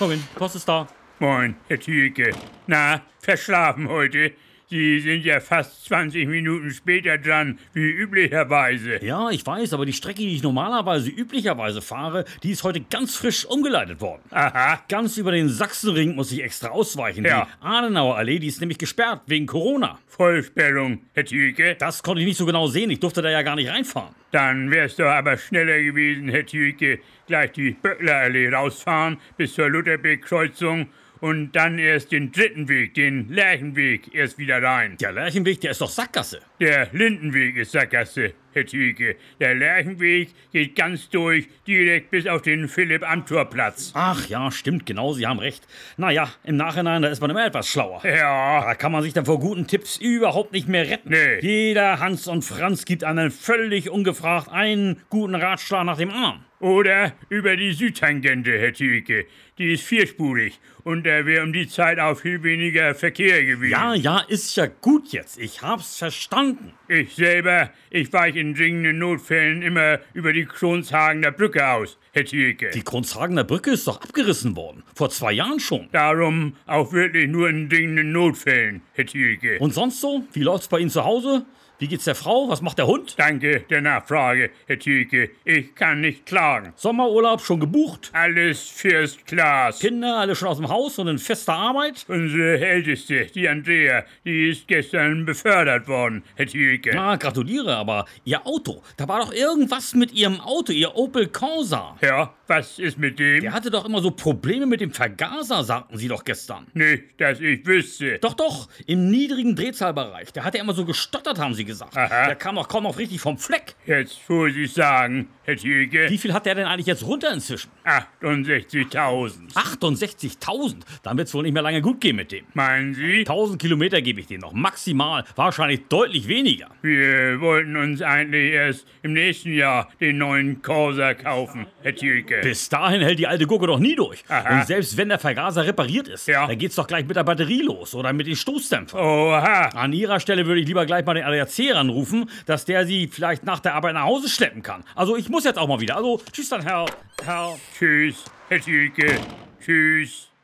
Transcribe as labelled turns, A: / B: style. A: Robin, Post ist da.
B: Moin, Herr Thielke. Na, verschlafen heute? Sie sind ja fast 20 Minuten später dran, wie üblicherweise.
A: Ja, ich weiß, aber die Strecke, die ich normalerweise üblicherweise fahre, die ist heute ganz frisch umgeleitet worden.
B: Aha,
A: Ganz über den Sachsenring muss ich extra ausweichen.
B: Ja.
A: Die Adenauerallee, die ist nämlich gesperrt wegen Corona.
B: Vollsperrung, Herr Thielke.
A: Das konnte ich nicht so genau sehen. Ich durfte da ja gar nicht reinfahren.
B: Dann wär's doch aber schneller gewesen, Herr Thielke. Gleich die Böcklerallee rausfahren bis zur Lutherbeek-Kreuzung und dann erst den dritten Weg, den Lerchenweg, erst wieder rein.
A: Der Lerchenweg, der ist doch Sackgasse.
B: Der Lindenweg ist Sackgasse, Herr Thielke. Der Lerchenweg geht ganz durch, direkt bis auf den Philipp-Amthor-Platz.
A: Ach ja, stimmt, genau, Sie haben recht. Naja, im Nachhinein, da ist man immer etwas schlauer.
B: Ja.
A: Da kann man sich dann vor guten Tipps überhaupt nicht mehr retten.
B: Nee.
A: Jeder Hans und Franz gibt einem völlig ungefragt einen guten Ratschlag nach dem anderen.
B: Oder über die Südtangente, Herr Thielke. Die ist vierspurig und da wäre um die Zeit auch viel weniger Verkehr gewesen.
A: Ja, ja, ist ja gut jetzt. Ich hab's verstanden.
B: Ich selber, ich weiche in dringenden Notfällen immer über die Kronshagener Brücke aus, Herr Thielke.
A: Die Kronzhagener Brücke ist doch abgerissen worden. Vor zwei Jahren schon.
B: Darum auch wirklich nur in dringenden Notfällen, Herr Thielke.
A: Und sonst so? Wie läuft's bei Ihnen zu Hause? Wie geht's der Frau? Was macht der Hund?
B: Danke der Nachfrage, Herr Thielke. Ich kann nicht klagen.
A: Sommerurlaub schon gebucht?
B: Alles First Class.
A: Kinder alle schon aus dem Haus und in fester Arbeit?
B: Unsere Älteste, die Andrea, die ist gestern befördert worden, Herr Thielke.
A: Ah, gratuliere, aber Ihr Auto. Da war doch irgendwas mit Ihrem Auto, Ihr Opel Corsa.
B: Ja, was ist mit dem?
A: Der hatte doch immer so Probleme mit dem Vergaser, sagten Sie doch gestern.
B: Nicht, dass ich wüsste.
A: Doch, doch, im niedrigen Drehzahlbereich. Da hat er immer so gestottert, haben Sie gesagt.
B: Aha.
A: Der kam doch kaum noch richtig vom Fleck.
B: Jetzt muss ich sagen, Herr Thielke,
A: Wie viel hat der denn eigentlich jetzt runter inzwischen?
B: 68.000.
A: 68.000. Dann wird's wohl nicht mehr lange gut gehen mit dem.
B: Meinen Sie,
A: 1000 Kilometer gebe ich dem noch, maximal, wahrscheinlich deutlich weniger.
B: wir wollten uns eigentlich erst im nächsten Jahr den neuen Corsa kaufen, Herr Thielke.
A: Bis dahin hält die alte Gurke doch nie durch.
B: Aha.
A: Und selbst wenn der Vergaser repariert ist,
B: Ja.
A: dann geht's doch gleich mit der Batterie los oder mit den Stoßdämpfern.
B: Oha,
A: An ihrer Stelle würde ich lieber gleich mal den ADAC ranrufen, dass der sie vielleicht nach der Arbeit nach Hause schleppen kann. Also ich muss jetzt auch mal wieder. Also tschüss dann, Herr, Herr.
B: tschüss, Herr Thielke, tschüss.